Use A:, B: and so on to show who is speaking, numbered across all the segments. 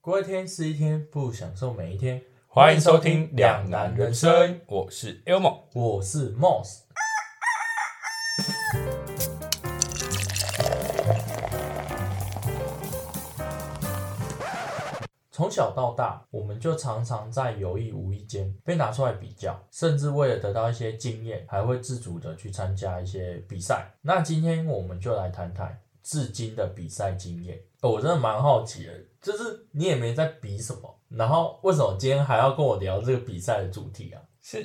A: 过一天是一天，不如享受每一天。
B: 欢迎收听《两难人生》，我是 Elmo。
A: 我是 Moss。从小到大，我们就常常在有意无意间被拿出来比较，甚至为了得到一些经验，还会自主的去参加一些比赛。那今天我们就来谈谈至今的比赛经验。呃我真的蛮好奇的，就是你也没在比什么，然后为什么今天还要跟我聊这个比赛的主题啊？
B: 是，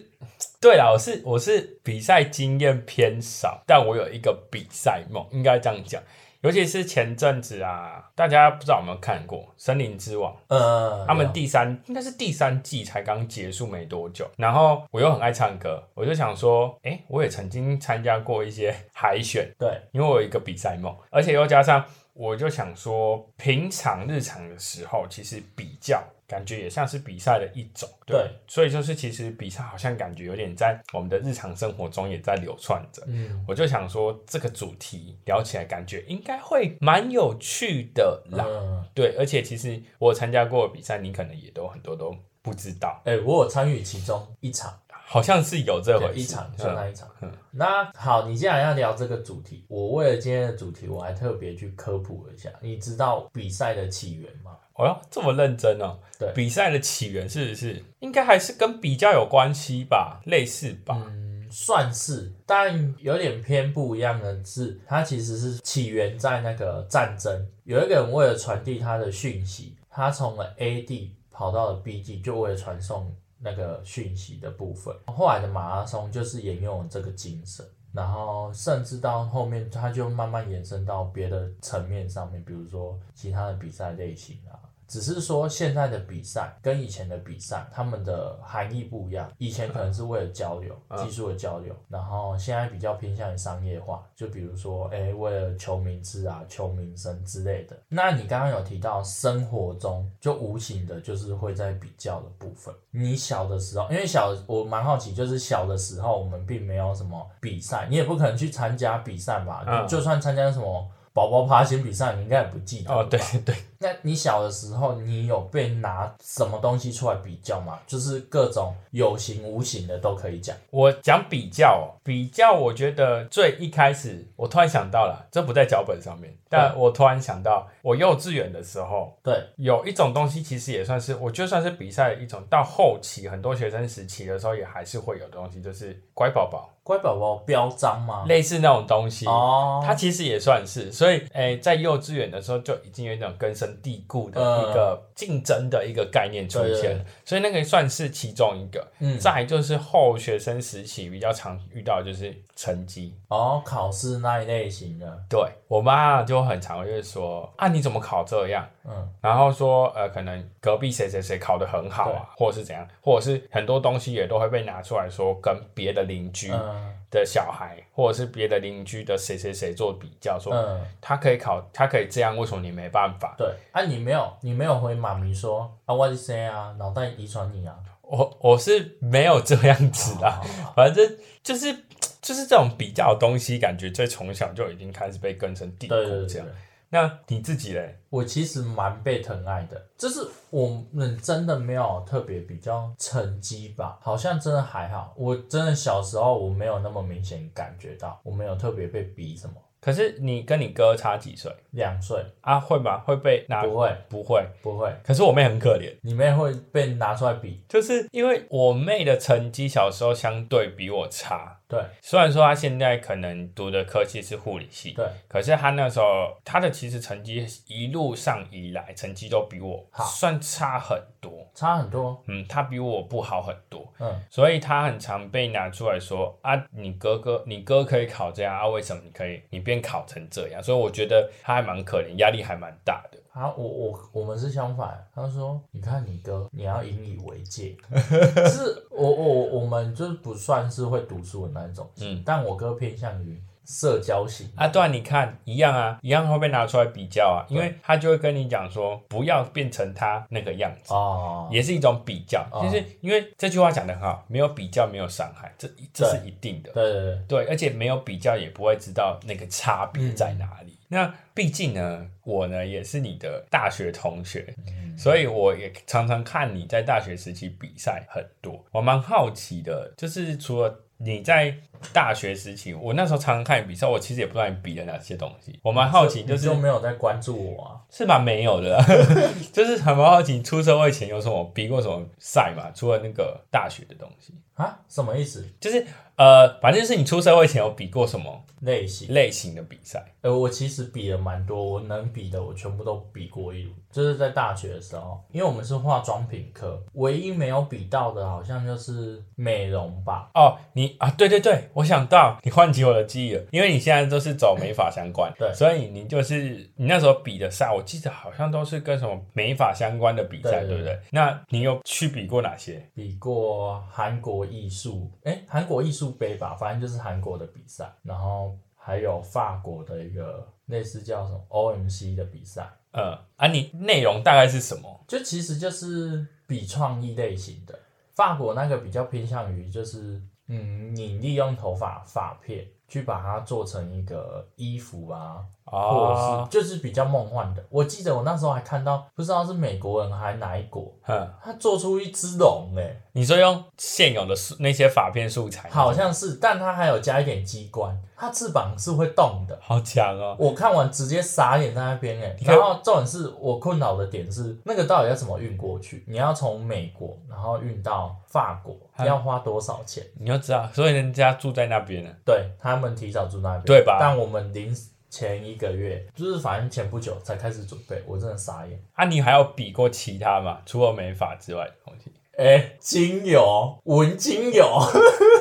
B: 对啦，我是我是比赛经验偏少，但我有一个比赛梦，应该这样讲。尤其是前阵子啊，大家不知道有没有看过《森林之王》，
A: 呃，
B: 他们第三应该是第三季才刚结束没多久，然后我又很爱唱歌，我就想说，哎、我也曾经参加过一些海选，
A: 对，
B: 因为我有一个比赛梦，而且又加上我就想说，平常日常的时候，其实比较感觉也像是比赛的一种，吧
A: 对
B: 所以就是其实比赛好像感觉有点在我们的日常生活中也在流窜着。
A: 嗯，
B: 我就想说，这个主题聊起来感觉应该会蛮有趣的啦。
A: 嗯，
B: 对，而且其实我参加过的比赛，你可能也都很多都不知道，
A: 哎、我有参与其中一场，
B: 好像是有这回
A: 对，一
B: 事
A: 场，相
B: 嗯
A: 当一场。
B: 嗯
A: 那好，你既然要聊这个主题，我为了今天的主题，我还特别去科普了一下。你知道比赛的起源吗？
B: 哦哟，这么认真哦。
A: 对
B: 比赛的起源是不是应该还是跟比较有关系吧？类似吧？
A: 嗯，算是，但有点偏不一样的是，它其实是起源在那个战争。有一个人为了传递他的讯息，他从了 A 地跑到了 B 地，就为了传送那个讯息的部分。后来的马拉松就是沿用了这个精神。然后，甚至到后面，它就慢慢延伸到别的层面上面，比如说其他的比赛类型啊，只是说现在的比赛跟以前的比赛，他们的含义不一样。以前可能是为了交流，
B: 嗯
A: 技术的交流，然后现在比较偏向于商业化，就比如说，哎、为了求名次啊、求名声之类的。那你刚刚有提到生活中就无形的，就是会在比较的部分。你小的时候，因为小，我蛮好奇，就是小的时候我们并没有什么比赛，你也不可能去参加比赛吧？
B: 嗯
A: 你就算参加什么宝宝爬行比赛，你应该也不记得
B: 哦，
A: 吧
B: 对 对，
A: 那你小的时候，你有被拿什么东西出来比较吗？就是各种有形无形的都可以讲。
B: 我讲比较哦，比较，我觉得最一开始，我突然想到了，这不在脚本上面，但我突然想到，我幼稚园的时候。
A: 对，
B: 有一种东西，其实也算是，我觉得算是比赛的一种。到后期，很多学生时期的时候，也还是会有的东西，就是乖宝宝，
A: 乖宝宝标章吗？
B: 类似那种东西。
A: 哦，
B: 它其实也算是，所以诶、在幼稚园的时候就已经有一种根深蒂固的一个竞争的一个概念出
A: 对嗯对
B: 现了，所以那个算是其中一个。
A: 嗯，
B: 再来就是后学生时期比较常遇到的就是成绩，
A: 哦，考试那一类型的，
B: 对我妈就很常就是说啊你怎么考这样，
A: 嗯，
B: 然后说呃可能隔壁谁谁谁考得很好啊，或者是怎样，或者是很多东西也都会被拿出来说跟别的邻居
A: 嗯
B: 的小孩，或者是别的邻居的谁谁谁做比较，说
A: 嗯，
B: 他可以考，他可以这样，为什么你没办法？
A: 对，啊，你没有，你没有回妈咪说啊，我是谁啊，脑袋遗传你啊，
B: 我我是没有这样子的，
A: 哦
B: 反正就是就是这种比较的东西，感觉在从小就已经开始被根深蒂
A: 对
B: 固
A: 对对
B: 这
A: 对
B: 样。。那你自己嘞？
A: 我其实蛮被疼爱的，就是我们真的没有特别比较成绩吧，好像真的还好。我真的小时候我没有那么明显感觉到，我没有特别被比什么。
B: 可是你跟你哥差几岁
A: 两岁
B: 啊？会吗？会被拿？
A: 不会
B: 不会。
A: 不会，
B: 可是我妹很可怜，
A: 你妹会被拿出来比，
B: 就是因为我妹的成绩小时候相对比我差，
A: 对
B: 虽然说她现在可能读的科系是护理系，
A: 对，
B: 可是他那时候他的其实成绩一路上以来成绩都比我
A: 好
B: 算差很多，
A: 差很多。
B: 嗯，他比我不好很多，
A: 嗯，
B: 所以他很常被拿出来说啊，你哥哥你哥可以考这样啊，为什么你可以你变考成这样？所以我觉得他还蛮可怜，压力还蛮大的。
A: 啊，我我我们是相反。他说：“你看你哥，你要引以为戒。 就是我我我们就是不算是会读书的那一种，
B: 嗯，
A: 但我哥偏向于社交型。
B: 啊，对啊，你看一样啊，一样会被拿出来比较啊，因为他就会跟你讲说，不要变成他那个样子。
A: 哦，
B: 也是一种比较，
A: 哦
B: 就是因为这句话讲的很好，没有比较没有伤害，这这是一定的。
A: 对对对，嗯
B: 对，而且没有比较也不会知道那个差别在哪里。那毕竟呢，我呢也是你的大学同学，
A: 嗯
B: 所以我也常常看你在大学时期比赛很多。我蛮好奇的，就是除了你在大学时期，我那时候常常看你比赛，我其实也不知道你比了哪些东西。我蛮好奇，就
A: 你
B: 是
A: 就没有在关注我啊？
B: 是蛮没有的啦， 就是很好奇，出社会前有什么比过什么赛嘛？除了那个大学的东西，
A: 啊，什么意思？
B: 就是呃，反正就是你出社会前有比过什么
A: 类型？
B: 类型的比赛？
A: 呃，我其实比了蛮多，我能比的我全部都比过一轮，就是在大学的时候，因为我们是化妆品科，唯一没有比到的好像就是美容吧。
B: 哦，你啊，对对对，我想到你唤起我的记忆了，因为你现在都是走美发相关，
A: 对
B: 所以你就是你那时候比的赛，我记得好像都是跟什么美发相关的比赛，
A: 对对
B: 对不对？那你有去比过哪些？
A: 比过韩国艺术，哎，韩国艺术杯吧，反正就是韩国的比赛，然后还有法国的一个类似叫什么 OMC 的比赛，
B: 嗯，啊，你内容大概是什么？
A: 就其实就是比创意类型的。法国那个比较偏向于就是，嗯，你利用头发发片去把它做成一个衣服啊，或者
B: 哦
A: 是，就是比较梦幻的。我记得我那时候还看到，不知道是美国人还哪一国，
B: 嗯，
A: 他做出一只龙、欸，
B: 你说用现有的素那些发片素材，
A: 好像是，但它还有加一点机关，它翅膀是会动的。
B: 好强哦，
A: 我看完直接傻眼在那边哎、
B: 你看
A: 然后重点是我困扰的点是，那个到底要怎么运过去？你要从美国然后运到法国，
B: 嗯
A: 要花多少钱？
B: 你就知道，所以人家住在那边呢，
A: 对他们提早住那边，
B: 对吧
A: 但我们临前一个月，就是反正前不久才开始准备，我真的傻眼。
B: 啊，你还有比过其他吗？除了美发之外的东西？
A: 哎、精油，闻精油，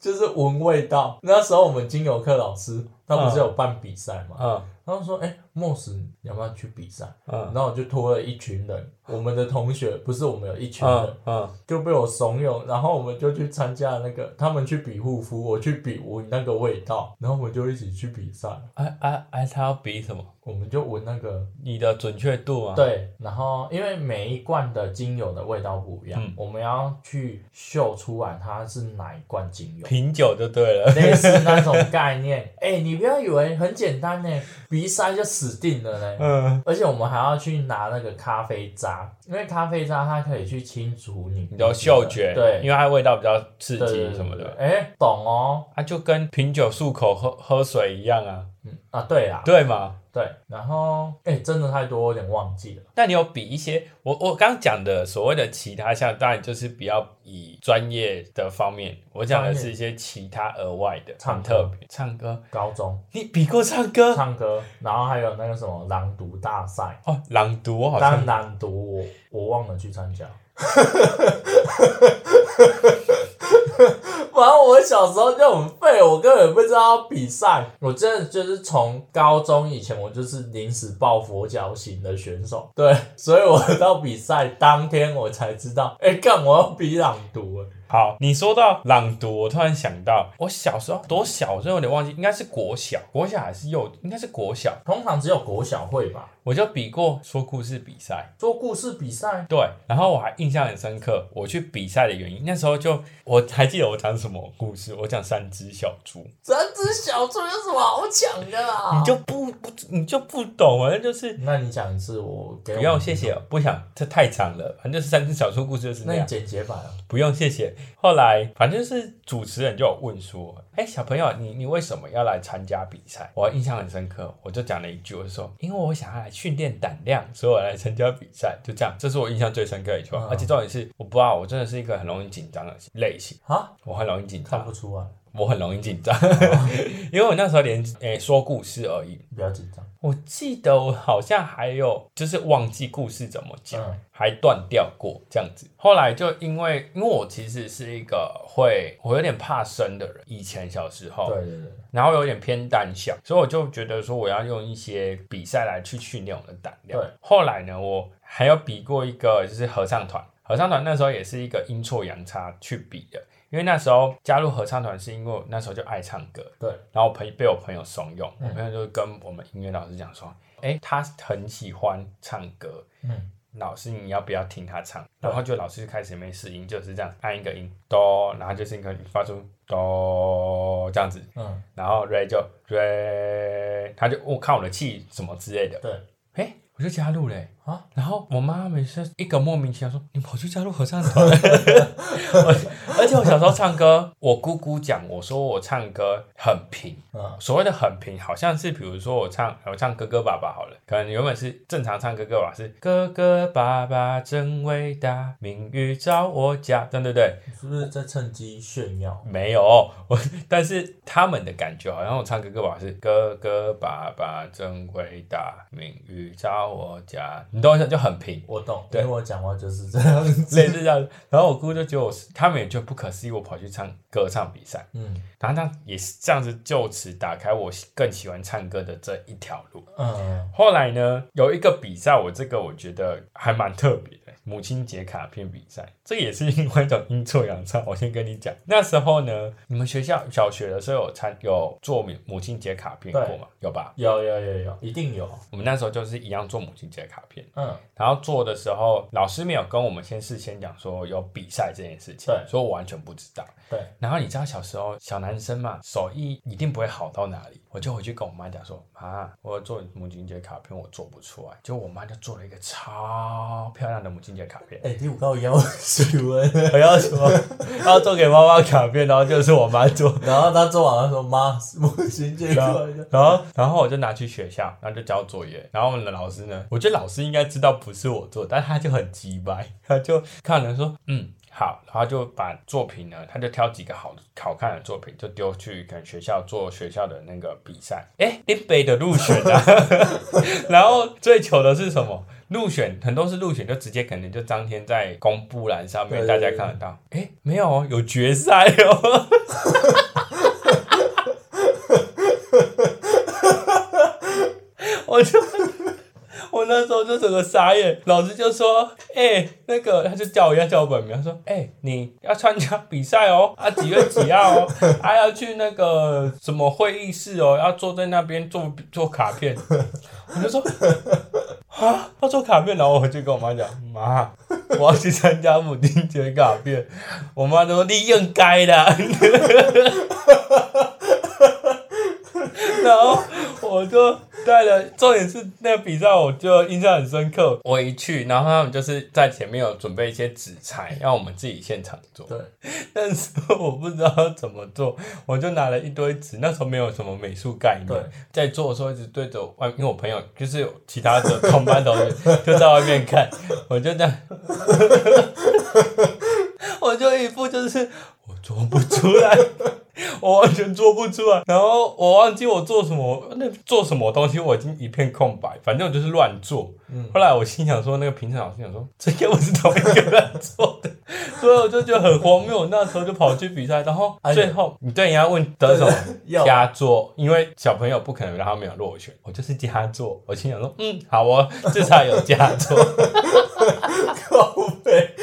A: 就是闻味道。那时候我们精油课老师他不是
B: 啊
A: 有办比赛吗？
B: 嗯
A: 他就说：“哎、莫斯，你要不要去比赛？”然
B: 嗯
A: 后我就拖了一群人，我们的同学不是我们有一群人、
B: 嗯嗯，
A: 就被我怂恿，然后我们就去参加那个，他们去比护肤，我去比闻那个味道，然后我们就一起去比赛，
B: 哎哎哎，他要比什么？
A: 我们就闻那个
B: 你的准确度啊？，
A: 对，然后因为每一罐的精油的味道不一样，
B: 嗯
A: 我们要去嗅出来它是哪一罐精油，
B: 品酒就对了。嗯
A: 类似那种概念。 哎、你不要以为很简单呢，鼻塞就死定了呢。
B: 嗯，
A: 而且我们还要去拿那个咖啡渣，因为咖啡渣它可以去清除你
B: 你的嗅觉，
A: 对，
B: 因为它味道比较刺
A: 对
B: 激什么。
A: 对对
B: 的，
A: 哎、懂哦。
B: 它就跟品酒漱口喝喝水一样啊，
A: 嗯啊，对啦，
B: 对吗？
A: 对，然后哎、真的太多，我有点忘记了。
B: 那你有比一些我我刚讲的所谓的其他项，当然就是比较以专业的方面，我讲的
A: 专业
B: 是一些其他额外的，
A: 唱
B: 很
A: 歌
B: 特别。唱歌，
A: 高中
B: 你比过唱歌
A: 唱歌，然后还有那个什么朗读大赛。
B: 哦？朗读我好
A: 当
B: 像
A: 朗读我我忘了去参加。 反正我小时候就很废，我根本不知道比赛。我真的就是从高中以前，我就是临时抱佛脚型的选手。对，所以我到比赛当天，我才知道，哎、干我要比朗读了。
B: 好。你说到朗读，我突然想到，我小时候多小，我真的有点忘记，应该是国小，国小还是幼，应该是国小，
A: 通常只有国小会吧，
B: 我就比过说故事比赛。
A: 做故事比赛，
B: 对，然后我还印象很深刻，我去比赛的原因，那时候就我还记得我讲什么故事，我讲三只小猪，
A: 三只小猪有什么好抢的啦？
B: 你就不不你就不懂，反正就是
A: 那你讲一次，我给我们
B: 不用谢谢，不想这太长了，反正就是三只小猪故事就是那
A: 那你
B: 样，
A: 简洁版啊。
B: 不用谢谢。后来反正就是主持人就有问说，哎，小朋友，你你为什么要来参加比赛？我印象很深刻，我就讲了一句，我就说因为我想要来训练胆量，所以我来参加比赛，就这样，这是我印象最深刻的一句话
A: 嗯。
B: 而且重点是，我不知道我真的是一个很容易紧张的类型。
A: 啊，
B: 我很容易紧
A: 看
B: 张
A: 不，出来，
B: 我很容易紧张， 因为我那时候连诶、说故事而已。
A: 不要紧张。
B: 我记得我好像还有就是忘记故事怎么讲，
A: 嗯
B: 还断掉过这样子。后来就因为因为我其实是一个会我有点怕生的人，以前小时候，
A: 对对对，
B: 然后有点偏胆小，所以我就觉得说我要用一些比赛来去训练我的胆量
A: 对。
B: 后来呢，我还有比过一个就是合唱团，合唱团那时候也是一个阴错阳差去比的，因为那时候加入合唱团是因为我那时候就爱唱歌，
A: 对，
B: 然后我朋被我朋友怂恿，
A: 嗯
B: 我朋友就跟我们音乐老师讲说，哎、他很喜欢唱歌，
A: 嗯，
B: 老师你要不要听他唱？然后就老师开始没试音，就是这样按一个音哆，然后就是一个发出哆这样子，
A: 嗯，
B: 然后 Ray 就 Ray，他就我、看我的气什么之类的，
A: 对，嗯
B: 哎、我就加入嘞、
A: 啊
B: 啊！然后我妈每次一个莫名其妙说：“你跑去加入合唱团。我”而且我小时候唱歌，我姑姑讲我说我唱歌很平，
A: 嗯
B: 所谓的很平，好像是比如说我唱我唱哥哥爸爸好了，可能原本是正常唱哥哥爸爸是哥哥爸爸真伟大，名誉照我家，对对对，
A: 你是不是在趁机炫耀？
B: 没有 我，但是他们的感觉好像我唱哥哥爸爸是哥哥爸爸真伟大，名誉照我家，你懂我意思就很 平。
A: 我懂，因
B: 对
A: 为我讲话就是这样子。
B: 类似这样子，然后我姑就觉得我是，他们也就不可思议，我跑去唱歌唱比赛，
A: 嗯
B: 然后那也是这样子，就此打开我更喜欢唱歌的这一条路。
A: 嗯，
B: 后来呢，有一个比赛，我这个我觉得还蛮特别的，母亲节卡片比赛，这也是另外一种阴错阳差。我先跟你讲，那时候呢，你们学校小学的时候有参有做母母亲节卡片过吗？有吧？
A: 有有有有，一定有。
B: 我们那时候就是一样做母亲节卡片，
A: 嗯
B: 然后做的时候，老师没有跟我们先事先讲说有比赛这件事情
A: 对，
B: 所以我完全不知道。
A: 对，
B: 然后你知道小时候小男生嘛，手艺一定不会好到哪里，我就回去跟我妈讲说，妈，我做母亲节卡片我做不出来，结果我妈就做了一个超漂亮的母亲节卡片
A: ，哎、第五高腰水温，
B: 我 要说要做给妈妈卡片，然后就是我妈做，
A: 然后他做完他说：“妈，母亲节快乐。
B: 然后然后我就拿去学校，然后就交作业，然后我们的老师呢，我觉得老师应该知道不是我做，但他就很鸡掰，他就看人说，嗯。好，然后就把作品呢，他就挑几个好好看的作品，就丢去可能学校做学校的那个比赛。哎，林北的入选啊， 然后最糗的是什么？入选很多是入选，就直接可能就当天在公布栏上面
A: 对
B: 大家看得到。哎，没有哦，有决赛哦。 我就我那时候就整个傻眼，老师就说：“哎、那个，他就叫我要叫我本名，他说：哎、你要参加比赛哦，啊几月几号哦， 啊要去那个什么会议室哦，要坐在那边做做卡片。”我就说：“ 啊，要做卡片。”然后我回去跟我妈讲：“妈，我要去参加母亲节卡片。” 我妈就说：“你应该的。” 然后我就带了，重点是那个比赛，我就印象很深刻。我一去，然后他们就是在前面有准备一些纸材，让我们自己现场做。
A: 对，
B: 但是我不知道怎么做，我就拿了一堆纸，那时候没有什么美术概
A: 对
B: 念，在做的时候一直对着外，因为我朋友就是有其他的同班同学就在外面看，我就这样， 我就一副就是我做不出来。我完全做不出来。然后我忘记我做什么，那做什么东西我已经一片空白，反正我就是乱做。
A: 嗯
B: 后来我心想说，那个评审老师想说，这个我是同一个人做的，所以我就觉得很荒谬。我那时候就跑去比赛，然后
A: 哎呀
B: 最后你对人家问得什么？
A: 要
B: 佳作，因为小朋友不可能让他没有落选，我就是佳作。我心想说，嗯，好哦，至少有佳作，
A: 靠背，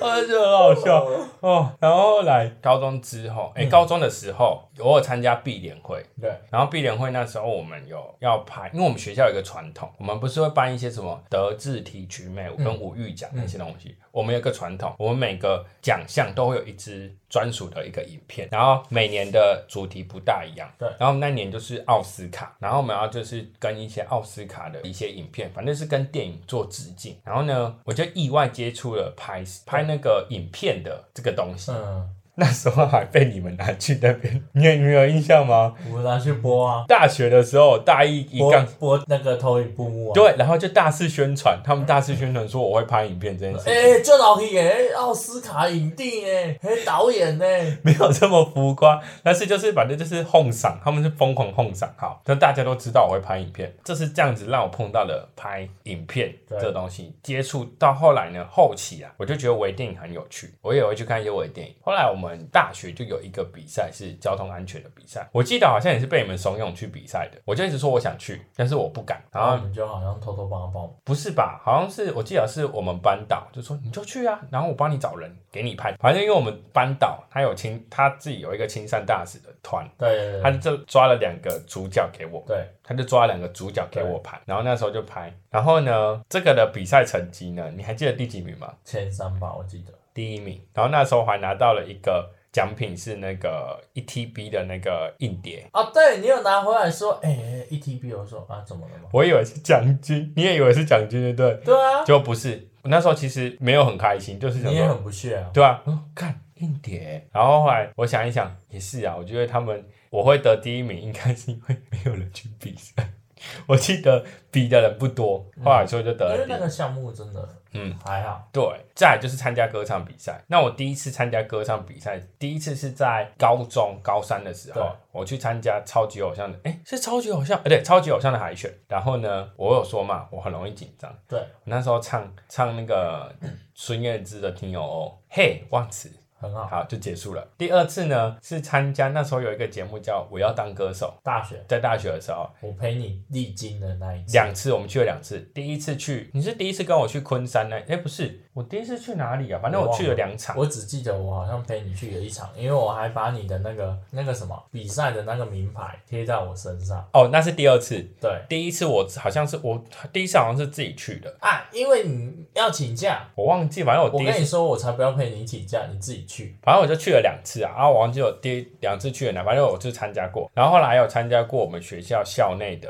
B: 我就觉得很好笑。哦，然后后来高中之后，
A: 嗯
B: 哎、高中的时候偶尔参加毕联会，
A: 对，
B: 然后毕联会那时候我们有要拍，因为我们学校有一个传统，我们不是会办一些什么德智体曲美跟五育奖那些东西，我们有一个传统，我们每个奖项都会有一支专属的一个影片，然后每年的主题不大一样，
A: 对
B: 然后我们那年就是奥斯卡，然后我们要就是跟一些奥斯卡的一些影片，反正是跟电影做致敬，然后呢，我就意外接触了拍拍那个影片的这个东西，
A: 嗯，
B: 那时候还被你们拿去那边，你有你们有印象吗？
A: 我们拿去播啊，
B: 大学的时候，大一一
A: 播
B: 杠
A: 播那个投影布幕啊。
B: 对，然后就大肆宣传，他们大肆宣传说我会拍影片这件事情，
A: 哎、这老弟哎，奥斯卡影帝哎，哎导演呢？
B: 没有这么浮夸，但是就是反正就是哄赏，他们是疯狂哄赏，好，但大家都知道我会拍影片，这是这样子让我碰到了拍影片
A: 对
B: 这东西，接触到后来呢，后期啊，我就觉得微电影很有趣，我也会去看一些微电影。后来我们大学就有一个比赛是交通安全的比赛，我记得好像也是被你们怂恿去比赛的，我就一直说我想去，但是我不敢，然
A: 然后
B: 后
A: 你们就好像偷偷帮他报，
B: 不是吧？好像是我记得是我们班导就说你就去啊，然后我帮你找人给你拍。反正因为我们班导他有亲他自己有一个亲善大使的团，
A: 对对
B: 他
A: 对
B: 就抓了两个主角给我，
A: 对，
B: 他就抓两个主角给我排，然后那时候就排，然后呢，这个的比赛成绩呢，你还记得第几名吗？
A: 前三吧，我记得。
B: 第一名，然后那时候还拿到了一个奖品，是那个一 TB 的那个硬碟，
A: 啊，对你有拿回来说，哎、一 t b 我说啊，怎么了吗？
B: 我以为是奖金，你也以为是奖金，对不对？
A: 对啊，
B: 就不是，我那时候其实没有很开心，就是想
A: 你也
B: 说，
A: 很不屑啊。
B: 对啊，嗯，看硬碟，然后后来我想一想，也是啊，我觉得他们我会得第一名，应该是因为没有人去比赛。 我记得比的人不多，后来所以就得
A: 因为
B: 了第一
A: 那个项目真的，
B: 啊嗯，
A: 还好。
B: 对，再来就是参加歌唱比赛。那我第一次参加歌唱比赛，第一次是在高中高三的时候
A: 对，
B: 我去参加超级偶像的，哎，是超级偶像，哎，对，超级偶像的海选。然后呢，我有说嘛，我很容易紧张。
A: 对
B: 我那时候唱唱那个孙燕姿的《听友哦》，嘿，忘词，
A: 很好。
B: 好就结束了。第二次呢是参加那时候有一个节目叫《我要当歌手
A: 大学》，，
B: 在大学的时候，
A: 我陪你历经的那一次，
B: 两次，我们去了两次。第一次去，你是第一次跟我去昆山呢？哎，不是，我第一次去哪里啊？反正我去了两场。
A: 我只记得我好像陪你去了一场，因为我还把你的那个那个什么比赛的那个名牌贴在我身上。
B: 哦，那是第二次。
A: 对
B: 第一次我好像是我第一次好像是自己去的，
A: 啊，因为你要请假，
B: 我忘记。反正我
A: 我
B: 第一
A: 跟
B: 次，
A: 你说，我才不要陪你请假，你自己去。
B: 反正我就去了两次啊。然后我忘记我第一两次去了哪，反正我就参加过。然后后来还有参加过我们学校校内的。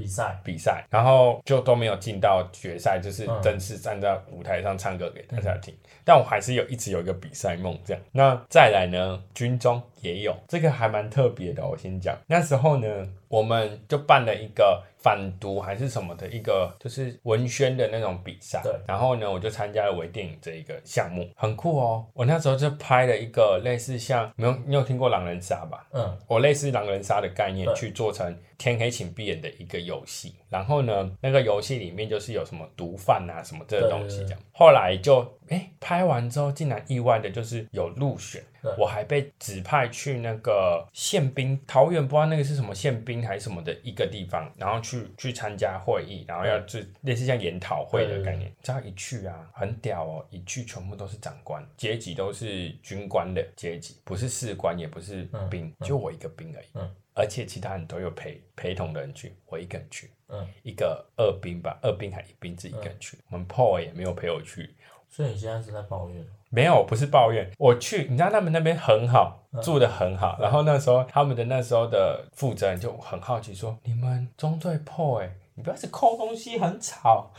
A: 比赛
B: 比赛，然后就都没有进到决赛，就是
A: 嗯
B: 正式站在舞台上唱歌给大家听。但我还是有一直有一个比赛梦这样。那再来呢，军中也有这个还蛮特别的哦、我先讲，那时候呢，我们就办了一个反毒还是什么的一个，就是文宣的那种比赛。
A: 对
B: 然后呢，我就参加了微电影这一个项目，很酷哦。我那时候就拍了一个类似像，没有你有听过狼人杀吧？
A: 嗯，
B: 我类似狼人杀的概念
A: 对
B: 去做成天黑请闭眼的一个游戏，然后呢，那个游戏里面就是有什么毒贩啊什么这个东西
A: 对对对
B: 这样。后来就哎、诶拍完之后，竟然意外的就是有入选
A: 对，
B: 我还被指派去那个宪兵桃园，不知道那个是什么宪兵还是什么的一个地方，然后去去参加会议，然后要就类似像研讨会的概念。这样一去啊，很屌哦，一去全部都是长官，阶级都是军官的阶级，不是士官也不是兵，就我一个兵而已。
A: 嗯
B: 而且其他人都有陪陪同的人去，我一个人去，
A: 嗯，
B: 一个二兵吧，二兵还一兵自己一个人去，我们 Paul 也没有陪我去，
A: 所以你现在是在抱怨，
B: 没有，不是抱怨，我去，你知道他们那边很好，住的很好。然后那时候他们的那时候的负责人就很好奇说：“你们中队破哎、你不要是抠东西很吵，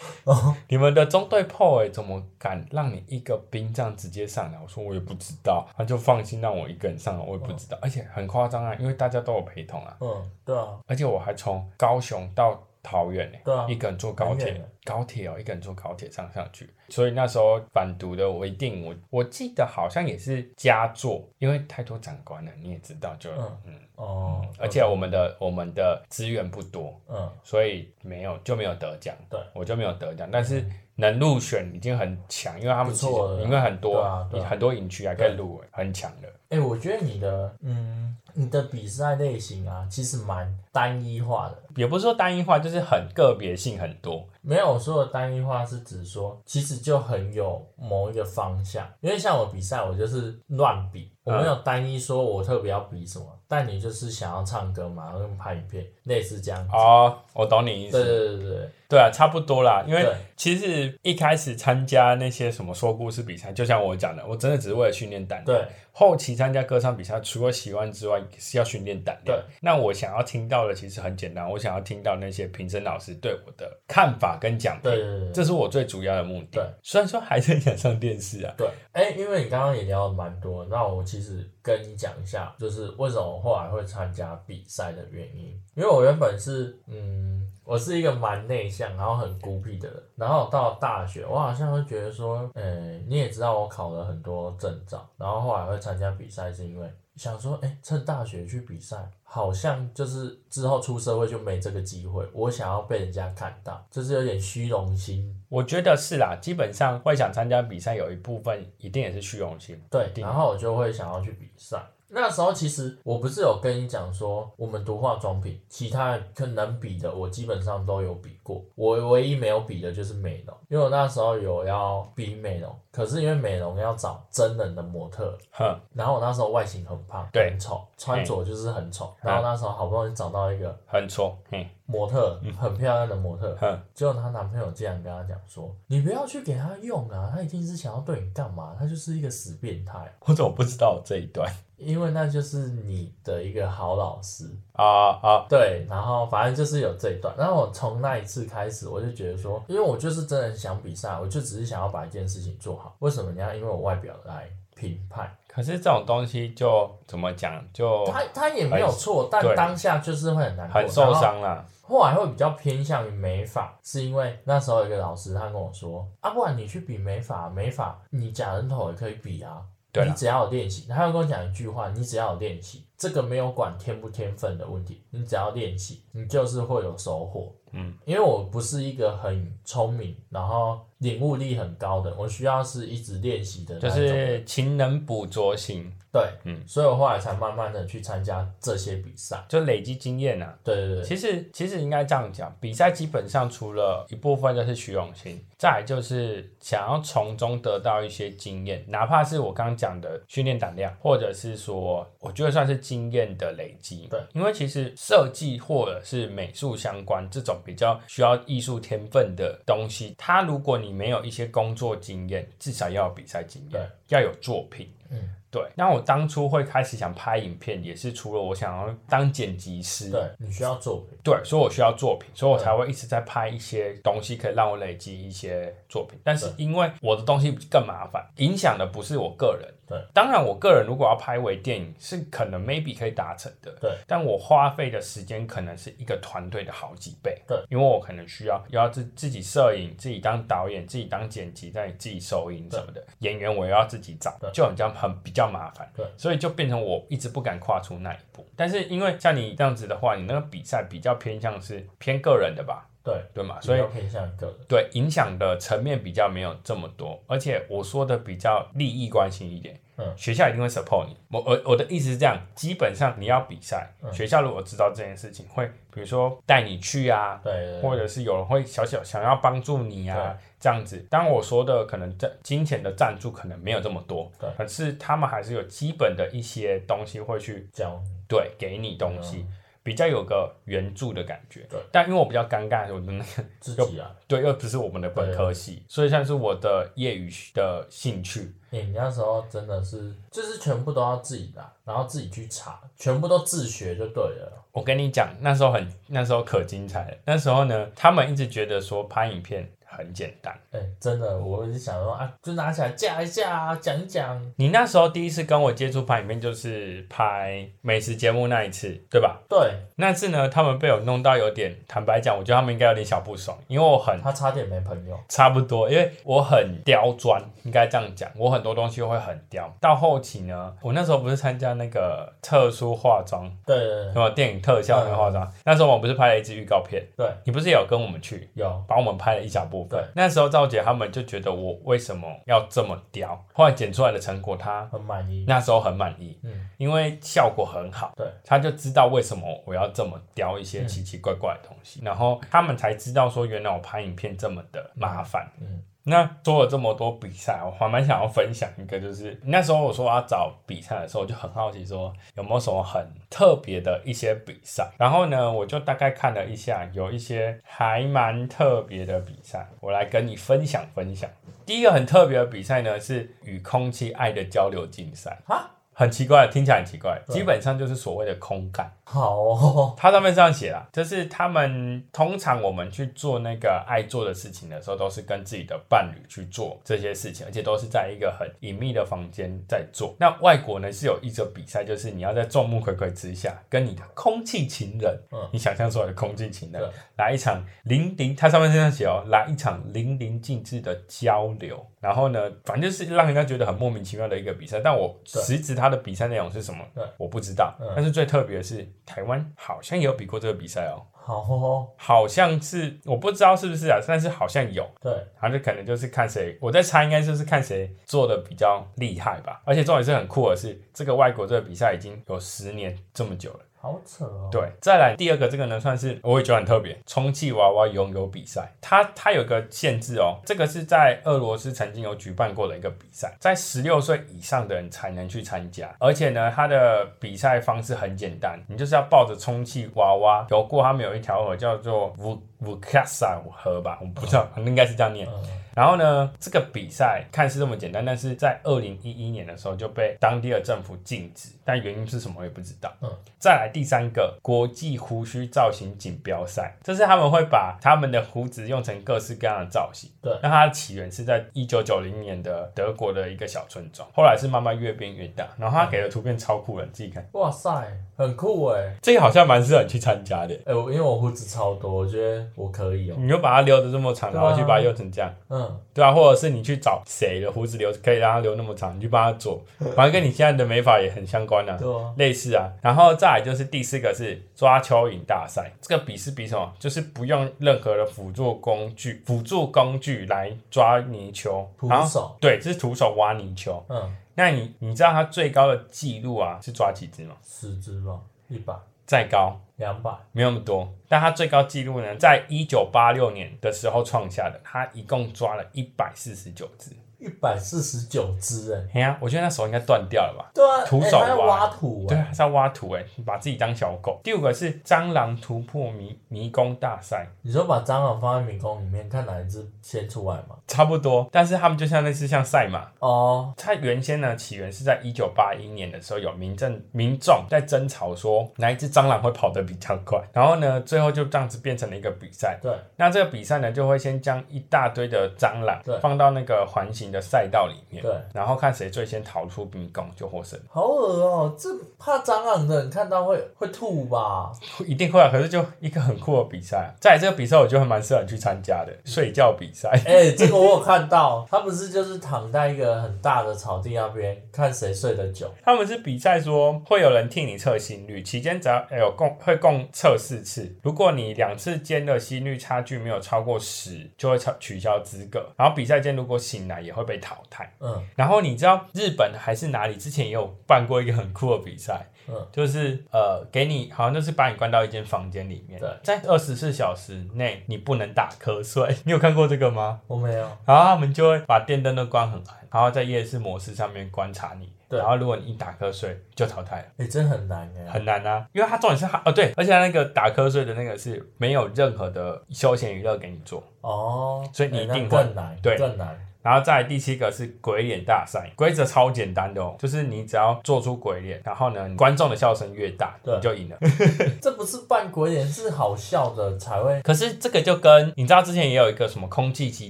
B: 你们的中队破哎、怎么敢让你一个兵这样直接上来？”我说我也不知道，他就放心让我一个人上来，我也不知道，而且很夸张啊，因为大家都有陪同啊，
A: 嗯，对啊，
B: 而且我还从高雄到桃园哎、
A: 对啊
B: 一个人坐高
A: 很
B: 铁
A: 远，
B: 高铁哦，一个人坐高铁上上去。所以那时候反毒的我一定，我我记得好像也是佳作，因为太多长官了，你也知道就，
A: 嗯
B: 嗯，
A: 哦，
B: 而且我们的我们的资源不多，
A: 嗯，
B: 所以没有就没有得奖，
A: 对，嗯
B: 我就没有得奖，但是。能入选已经很强，因为他们
A: 不
B: 其实
A: 错了
B: 因为很多、
A: 对啊对啊
B: 很多营区还可以入围，很强的。
A: 哎、我觉得你的，嗯，你的比赛类型啊，其实蛮单一化的。
B: 也不是说单一化，就是很个别性很多。
A: 没有，我说的单一化是指说，其实就很有某一个方向。因为像我比赛，我就是乱比，我
B: 嗯
A: 没有单一说我特别要比什么。但你就是想要唱歌嘛，然后拍影片，类似这样子。
B: 哦，我懂你意思。
A: 对对对对
B: 对啊，差不多啦。因为
A: 对
B: 其实一开始参加那些什么说故事比赛，就像我讲的，我真的只是为了训练胆量。
A: 对，
B: 后期参加歌唱比赛，除了喜欢之外，也是要训练胆量
A: 对。
B: 那我想要听到的其实很简单，我想要听到那些评审老师对我的看法跟讲评
A: 对，对对对。
B: 这是我最主要的目的。
A: 对，
B: 虽然说还是很想上电视啊。
A: 对，哎、因为你刚刚也聊了蛮多，那我其实跟你讲一下，就是为什么我后来会参加比赛的原因。因为我原本是，嗯，我是一个蛮内向，然后很孤僻的人。然后到大学，我好像会觉得说，呃、你也知道我考了很多证照，然后后来会参加比赛，是因为想说，哎、趁大学去比赛，好像就是之后出社会就没这个机会。我想要被人家看到，就是有点虚荣心。
B: 我觉得是啦，基本上会想参加比赛，有一部分一定也是虚荣心。
A: 对，
B: 定
A: 然后我就会想要去比赛。那时候其实我不是有跟你讲说，我们读化妆品，其他可能比的我基本上都有比过，我唯一没有比的就是美容，因为我那时候有要比美容，可是因为美容要找真人的模特，
B: 哼，
A: 然后我那时候外形很胖，
B: 对
A: 很丑，穿着就是很丑，
B: 嗯
A: 然后那时候好不容易找到一个
B: 很错，嘿，
A: 模特，
B: 嗯
A: 很漂亮的模特，
B: 哼，
A: 结果她男朋友竟然跟她讲说，你不要去给她用啊，她一定是想要对你干嘛，她就是一个死变态。啊
B: 我怎么不知道这一段
A: 因为那就是你的一个好老师，
B: 啊啊？
A: 对，然后反正就是有这一段，然后我从那一次开始，我就觉得说，因为我就是真的想比赛，我就只是想要把一件事情做好，为什么你要因为我外表来评判？
B: 可是这种东西就怎么讲，就
A: 他他也没有错，但
B: 对
A: 当下就是会很难过，
B: 很受
A: 然后
B: 伤啦。
A: 后来会比较偏向于美发，是因为那时候有一个老师他跟我说，啊，不然你去比美发，美发你假人头也可以比啊，
B: 对
A: 你
B: 啦
A: 只要有练习。他又跟我讲一句话，你只要有练习，这个没有管天不天分的问题，你只要练习，你就是会有收获。
B: 嗯，
A: 因为我不是一个很聪明，然后领悟力很高的，我需要是一直练习的那
B: 就
A: 一种
B: 是勤能补拙型，
A: 对，
B: 嗯
A: 所以我后来才慢慢的去参加这些比赛。
B: 就累积经验啊。
A: 对对对，
B: 其实其实应该这样讲，比赛基本上除了一部分就是虚荣心，再来就是想要从中得到一些经验，哪怕是我刚刚讲的训练胆量，或者是说我觉得算是经验的累积。
A: 对，
B: 因为其实设计或者是美术相关这种比较需要艺术天分的东西，它如果你没有一些工作经验，至少要有比赛经
A: 对
B: 验，要有作品。
A: 嗯，
B: 对，那我当初会开始想拍影片，也是除了我想要当剪辑师，
A: 对你需要作品。
B: 对，所以我需要作品，
A: 嗯
B: 所以我才会一直在拍一些东西，可以让我累积一些作品。
A: 嗯
B: 但是因为我的东西更麻烦，影响的不是我个人。
A: 对，
B: 当然我个人如果要拍微电影，是可能 maybe 可以达成的。
A: 对，
B: 但我花费的时间可能是一个团队的好几倍。
A: 对，
B: 因为我可能需要要自自己摄影，自己当导演，自己当剪辑，再自己收音什么的。演员我也要自己找
A: 对，
B: 就很这样很比较麻烦。
A: 对
B: 所以就变成我一直不敢跨出那一步。但是因为像你这样子的话，你那个比赛比较偏向是偏个人的吧，
A: 对，
B: 对吗？所以
A: 比较偏向个人。
B: 对影响的层面比较没有这么多，而且我说的比较利益关心一点。
A: 嗯
B: 学校一定会 support 你。我我我的意思是这样，基本上你要比赛，
A: 嗯
B: 学校如果知道这件事情，会比如说带你去啊，
A: 对对对
B: 或者是有人会小小想要帮助你啊，这样子。当然我说的可能这金钱的赞助可能没有这么多
A: 对，
B: 可是他们还是有基本的一些东西会去
A: 教你
B: 对给你东西，比较有个援助的感觉。
A: 嗯对，
B: 但因为我比较尴尬，我的那个
A: 自己啊。
B: 对又不是我们的本科系，所以算是我的业余的兴趣。
A: 欸你那时候真的是，就是全部都要自己来，然后自己去查，全部都自学就对了。
B: 我跟你讲，那时候很那时候可精彩了。那时候呢，他们一直觉得说拍影片很简单。
A: 哎、真的，我是想说啊，就拿起来架一架啊，讲一讲。
B: 你那时候第一次跟我接触拍影片，就是拍美食节目那一次，对吧？
A: 对
B: 那次呢，他们被我弄到有点，坦白讲，我觉得他们应该有点小不爽，因为我很
A: 他差点没朋友，
B: 差不多，因为我很刁钻，应该这样讲，我很多东西会很刁。到后期呢，我那时候不是参加那个特殊化妆，
A: 对对对
B: 什么电影特效那个化妆，那时候我们不是拍了一支预告片，
A: 对，
B: 你不是也有跟我们去？
A: 有
B: 帮我们拍了一小部分
A: 对。
B: 那时候赵姐他们就觉得我为什么要这么刁？后来剪出来的成果，她
A: 很满意。
B: 那时候很满意，
A: 嗯，
B: 因为效果很好，
A: 对，
B: 他就知道为什么我要这么雕一些奇奇怪怪的东西，
A: 嗯
B: 然后他们才知道说原来我拍影片这么的麻烦。
A: 嗯，
B: 那做了这么多比赛，我还蛮想要分享一个，就是那时候我说我要找比赛的时候，我就很好奇说有没有什么很特别的一些比赛。然后呢，我就大概看了一下，有一些还蛮特别的比赛，我来跟你分享分享。第一个很特别的比赛呢，是与空气爱的交流竞赛。
A: 哈，
B: 很奇怪，听起来很奇怪，
A: 对
B: 基本上就是所谓的空感。
A: 好哦，
B: 它上面这样写啦，就是他们通常我们去做那个爱做的事情的时候，都是跟自己的伴侣去做这些事情，而且都是在一个很隐秘的房间在做。那外国呢是有一则比赛，就是你要在众目睽睽之下，跟你的空气情人，
A: 嗯
B: 你想象出来的空气情人
A: 对，
B: 来一场淋漓，它上面这样写哦，来一场淋漓尽致的交流。然后呢，反正就是让人家觉得很莫名其妙的一个比赛，但我
A: 对
B: 实质它它的比赛内容是什么
A: 对，
B: 我不知道。
A: 嗯
B: 但是最特别的是，台湾好像也有比过这个比赛哦，
A: 好哦，
B: 好像是我不知道是不是啊，但是好像有。
A: 对，
B: 然后就可能就是看谁，我在猜，应该就是看谁做的比较厉害吧。而且重点是很酷的是，这个外国这个比赛已经有十年这么久了。
A: 好扯哦。
B: 对，再来第二个，这个呢算是我也觉得很特别，充气娃娃拥有比赛，它它有个限制哦，这个是在俄罗斯曾经有举办过的一个比赛，在十六岁以上的人才能去参加，而且呢，它的比赛方式很简单，你就是要抱着充气娃娃游过他们有一条河叫做 Vu Vukasa 河吧，我不知道，应该是这样念。
A: 嗯，
B: 然后呢，这个比赛看似这么简单，但是在二零一一年的时候就被当地的政府禁止，但原因是什么我也不知道。
A: 嗯，
B: 再来第三个国际胡须造型锦标赛，这是他们会把他们的胡子用成各式各样的造型。
A: 对
B: 那它的起源是在一九九零年的德国的一个小村庄，后来是慢慢越变越大。然后他给的图片超酷的，你自己看，
A: 哇塞，很酷哎。
B: 这个好像蛮适合你去参加的。
A: 哎、我因为我胡子超多，我觉得我可以哦、
B: 你就把它留的这么长，
A: 对
B: 然
A: 啊
B: 后去把它用成这样。
A: 嗯，
B: 对啊，或者是你去找谁的胡子留可以让他留那么长，你去帮他做，反正跟你现在的美发也很相关啊，
A: 对啊，
B: 类似啊。然后再来就是第四个是抓蚯蚓大赛，这个比是比什么？就是不用任何的辅助工具，辅助工具来抓泥鳅，
A: 徒
B: 然后
A: 手。
B: 对，这是徒手挖泥鳅。
A: 嗯，
B: 那你你知道它最高的记录啊是抓几只吗？
A: 十只吧，一百、
B: 再高
A: 两百，
B: 没有那么多，但它最高记录呢，在一九八六年的时候创下的，它一共抓了一百四十九只。
A: 一百四十九只哎。
B: 哎呀，我觉得那手应该断掉了吧？
A: 对啊，
B: 徒
A: 哎
B: 手
A: 他在
B: 挖
A: 挖土
B: 对
A: 哎、
B: 啊，是要挖土哎、你把自己当小狗。第五个是蟑螂突破迷迷宫大赛，
A: 你说把蟑螂放在迷宫里面，看哪一只先出来嘛？
B: 差不多，但是他们就像类似像赛马。
A: 哦，
B: 它原先呢起源是在一九八一年的时候，有民政民众在争吵说哪一只蟑螂会跑得比较快，然后呢最后就这样子变成了一个比赛。
A: 对，
B: 那这个比赛呢就会先将一大堆的蟑螂
A: 对
B: 放到那个环形的赛道里面，
A: 对，
B: 然后看谁最先逃出迷宫就获胜，
A: 好恶哦、这怕蟑螂的人看到会会吐 吧？
B: 一定会啊。可是就一个很酷的比赛啊，再来这个比赛我觉得还蛮适合你去参加的，睡觉比赛。
A: 哎、这个我有看到，他不是就是躺在一个很大的草地那边，看谁睡得久。
B: 他们是比赛说会有人替你测心率，期间只要哎有共会共测四次，如果你两次间的心率差距没有超过十，就会取取消资格。然后比赛间如果醒来也会被淘汰。
A: 嗯
B: 然后你知道日本还是哪里之前也有办过一个很酷的比赛，
A: 嗯，
B: 就是呃给你好像就是把你关到一间房间里面
A: 对，
B: 在二十四小时内你不能打瞌睡。 你有看过这个吗？
A: 我没有。
B: 然后他们就会把电灯都关很暗，然后在夜视模式上面观察你。
A: 对
B: 然后如果你一打瞌睡就淘汰了，
A: 哎、真很难哎、
B: 很难啊，因为它重点是它哦对，而且它那个打瞌睡的那个是没有任何的休闲娱乐给你做。
A: 哦，
B: 所以你
A: 哎
B: 一
A: 那
B: 定会
A: 更难，
B: 对
A: 更难。
B: 然后再来第七个是鬼脸大赛，规则超简单的哦，就是你只要做出鬼脸，然后呢观众的笑声越大，
A: 对
B: 你就赢了。
A: 这不是扮鬼脸，是好笑的才会。
B: 可是这个就跟你知道之前也有一个什么空气吉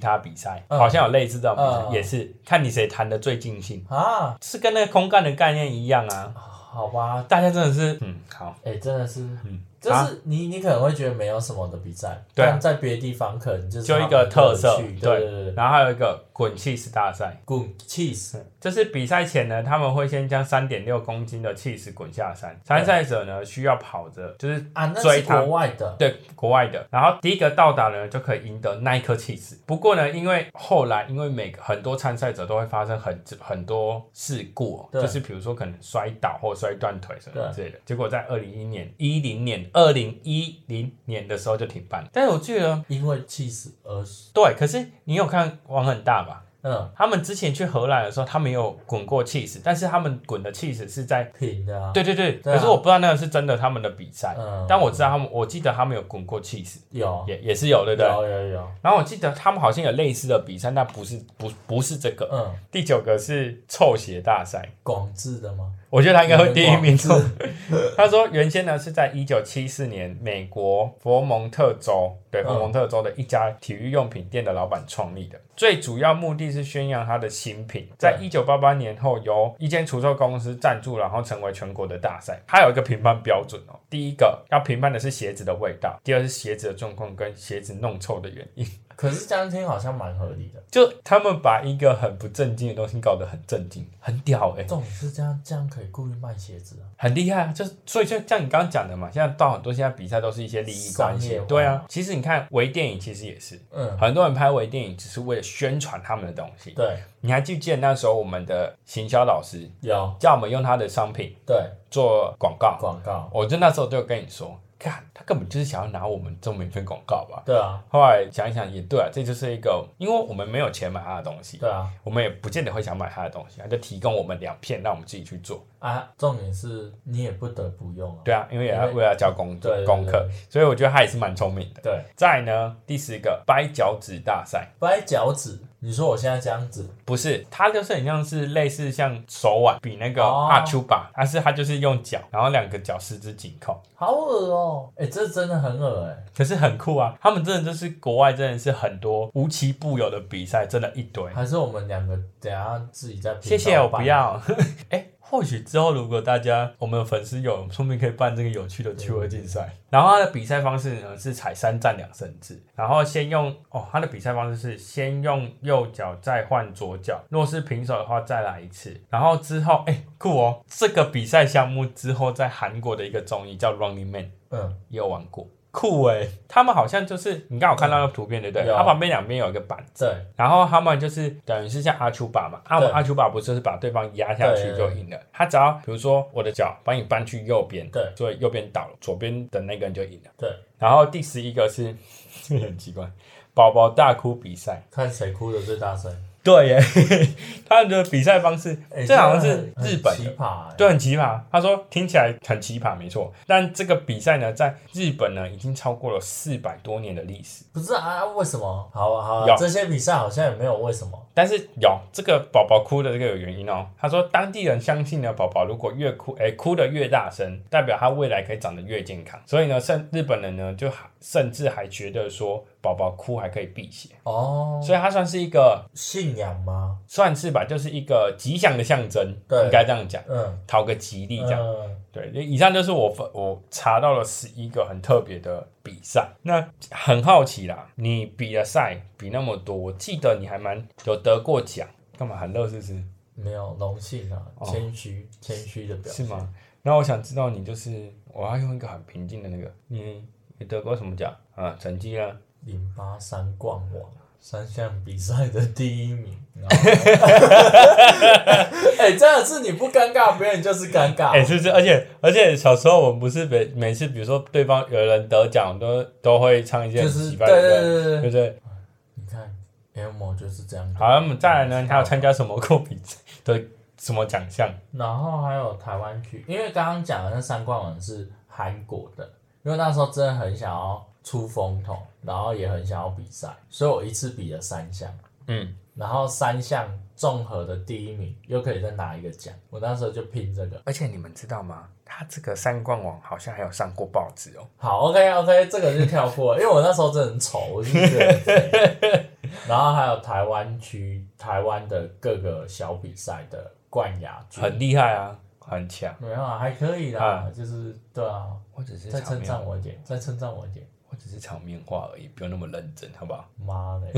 B: 他比赛，
A: 嗯
B: 好像有类似这种比赛，
A: 嗯嗯
B: 也是看你谁弹的最尽兴，
A: 啊，
B: 是跟那个空干的概念一样啊。
A: 好吧，
B: 大家真的是，嗯，好，
A: 哎、真的是，
B: 嗯，
A: 就
B: 啊
A: 是你、你可能会觉得没有什么的比赛，
B: 对啊
A: 但在别的地方可能就是
B: 就一
A: 他
B: 个
A: 们
B: 特
A: 乐
B: 色
A: 趣，
B: 对
A: 对对对，
B: 然后还有一个滚气势大赛，
A: 滚 cheese，
B: 就是比赛前呢，他们会先将三点六公斤的气势滚下
A: 嗯
B: 山，参赛者呢需要跑着，就是
A: 啊，那
B: 追
A: 是
B: 他
A: 国外的，
B: 对国外的，然后第一个到达呢就可以赢得那一颗气势。不过呢，因为后来因为每个很多参赛者都会发生很很多事故哦、
A: 对
B: 就是比如说可能摔倒或摔断腿什么
A: 对
B: 之类的。结果在二零一年、一零年、二零一零年的时候就停办了。但是我记得
A: 因为 cheese 而死
B: 对，可是你有看网很大吧？
A: 嗯
B: 他们之前去荷兰的时候，他们有滚过气势，但是他们滚的气势是在
A: 平的啊，
B: 对对对，
A: 对啊
B: 可是我不知道那个是真的他们的比赛，
A: 嗯
B: 但我知道他们，我记得他们有滚过气势，
A: 有
B: 也也是有对不对？
A: 有有有，
B: 然后我记得他们好像有类似的比赛，但不是不不是这个。
A: 嗯，
B: 第九个是臭鞋大赛，
A: 广智的吗？
B: 我觉得他应该会第一名
A: 广智
B: 他说原先呢是在一九七四年美国佛蒙特州，对
A: 嗯
B: 佛蒙特州的一家体育用品店的老板创立的，最主要目的是宣扬他的新品。在一九八八年后，由一间除臭公司赞助，然后成为全国的大赛。它有一个评判标准哦，第一个要评判的是鞋子的味道，第二是鞋子的状况跟鞋子弄臭的原因。
A: 可是这样听好像蛮合理的。
B: 就他们把一个很不正经的东西搞得很正经，很屌哎、
A: 重点是这样，这样可以故意卖鞋子啊。
B: 很厉害啊！就是所以就像你刚刚讲的嘛，现在到很多现在比赛都是一些利益关
A: 商业
B: 系
A: 化，
B: 对啊。其实你看微电影其实也是，
A: 嗯，
B: 很多人拍微电影只是为了宣传他们的东西。
A: 对，
B: 你还记不记得那时候我们的行销老师
A: 有
B: 叫我们用他的商品
A: 对
B: 做广告？
A: 广告，
B: 我就那时候就跟你说，看他根本就是想要拿我们做免费广告吧。
A: 对啊，
B: 后来想一想也对啊，这就是一个，因为我们没有钱买他的东西，
A: 对啊
B: 我们也不见得会想买他的东西，他就提供我们两片，让我们自己去做。
A: 啊！重点是你也不得不用啊。
B: 对啊，因为也要
A: 因为
B: 为了要交功
A: 对对对
B: 功课，所以我觉得他也是蛮聪明的。
A: 对，
B: 再呢，第十个掰脚趾大赛，
A: 掰脚趾，你说我现在这样子，
B: 不是，它就是很像是类似像手腕比那个
A: 哦
B: 阿丘吧，但是它就是用脚，然后两个脚十指紧扣，
A: 好恶哦、哎、这真的很恶哎、
B: 可是很酷啊！他们真的就是国外真的是很多无奇不有的比赛，真的一堆。
A: 还是我们两个等一下自己再频道
B: 谢谢，我不
A: 办。
B: 要。 哎、或许之后如果大家我们的粉丝有，说不定可以办这个有趣的趣味竞赛。然后它的比赛方式呢是踩三战两胜制，然后先用哦，它的比赛方式是先用右脚再换左脚，若是平手的话再来一次。然后之后哎、酷哦，这个比赛项目之后在韩国的一个综艺叫《Running Man》
A: 嗯，
B: 也有玩过。酷哎、他们好像就是你刚好看到那个图片对不对？
A: 有
B: 它旁边两边有一个板
A: 对，
B: 然后他们就是等于是像阿丘巴嘛，阿
A: 对
B: 阿丘巴不是就是把对方压下去
A: 对
B: 就赢了？他只要比如说我的脚把你搬去右边，
A: 对
B: 所以右边倒了，左边的那个人就赢了。
A: 对，
B: 然后第十一个是 这个很奇怪，宝宝大哭比赛，
A: 看谁哭的最大声。
B: 对耶， 他们的比赛方式，
A: 哎
B: 这好像
A: 真的
B: 是
A: 很
B: 日本
A: 很
B: 的
A: 奇。葩、欸。
B: 对，很奇葩。他说听起来很奇葩，没错。但这个比赛呢，在日本呢已经超过了四百多年的历史。
A: 不是啊，为什么？好啊好啊，
B: 有
A: 这些比赛好像也没有为什么。
B: 但是有这个宝宝哭的这个有原因哦。他说，当地人相信呢，宝宝如果越哭，哎、哭得越大声，代表他未来可以长得越健康。所以呢，甚日本人呢，就还甚至还觉得说，宝宝哭还可以辟邪，
A: 哦，
B: 所以它算是一个
A: 信仰吗？
B: 算是吧，就是一个吉祥的象征，
A: 对
B: 应该这样讲，
A: 嗯，
B: 讨个吉利这样。
A: 嗯
B: 对，以上就是我分我查到了十一个很特别的比赛。那很好奇啦，你比了赛比那么多，我记得你还蛮有得过奖，干嘛很乐是不是？
A: 没有荣幸啊，
B: 哦
A: 谦虚谦虚的表
B: 是
A: 现。
B: 吗？那我想知道你就是，我要用一个很平静的那个，你你得过什么奖啊？成绩啊？
A: 零八三冠王三项比赛的第一名。然后哎、真的是你不尴尬，别人就是尴尬。
B: 哎、是不是？而且而且小时候我们不是每每次，比如说对方有人得奖，都都会唱一些
A: 就
B: 很
A: 是
B: 奇
A: 对
B: 怪的歌，
A: 对对对
B: 对
A: 对，
B: 不对？
A: 你看 M 就是这样。
B: 好，那么再来呢？你还有参加什么过比 赛的什么奖项？
A: 然后还有台湾区，因为刚刚讲的那三冠王是韩国的，因为那时候真的很想要出风头，然后也很想要比赛，所以我一次比了三项，
B: 嗯，
A: 然后三项综合的第一名又可以再拿一个奖，我那时候就拼这个。
B: 而且你们知道吗？他这个三冠王好像还有上过报纸哦。
A: 好，OK OK，这个就跳过了，因为我那时候真的很丑，我就觉得很 废。然后还有台湾区、台湾的各个小比赛的冠亚军，
B: 很厉害啊，很强。
A: 没有啊，还可以啦，
B: 啊
A: 就是对啊，
B: 我只是
A: 再
B: 场
A: 称
B: 面，
A: 赞我一点，再称赞我一点，
B: 我只是场面话而已，不用那么认真，好不好？
A: 妈嘞，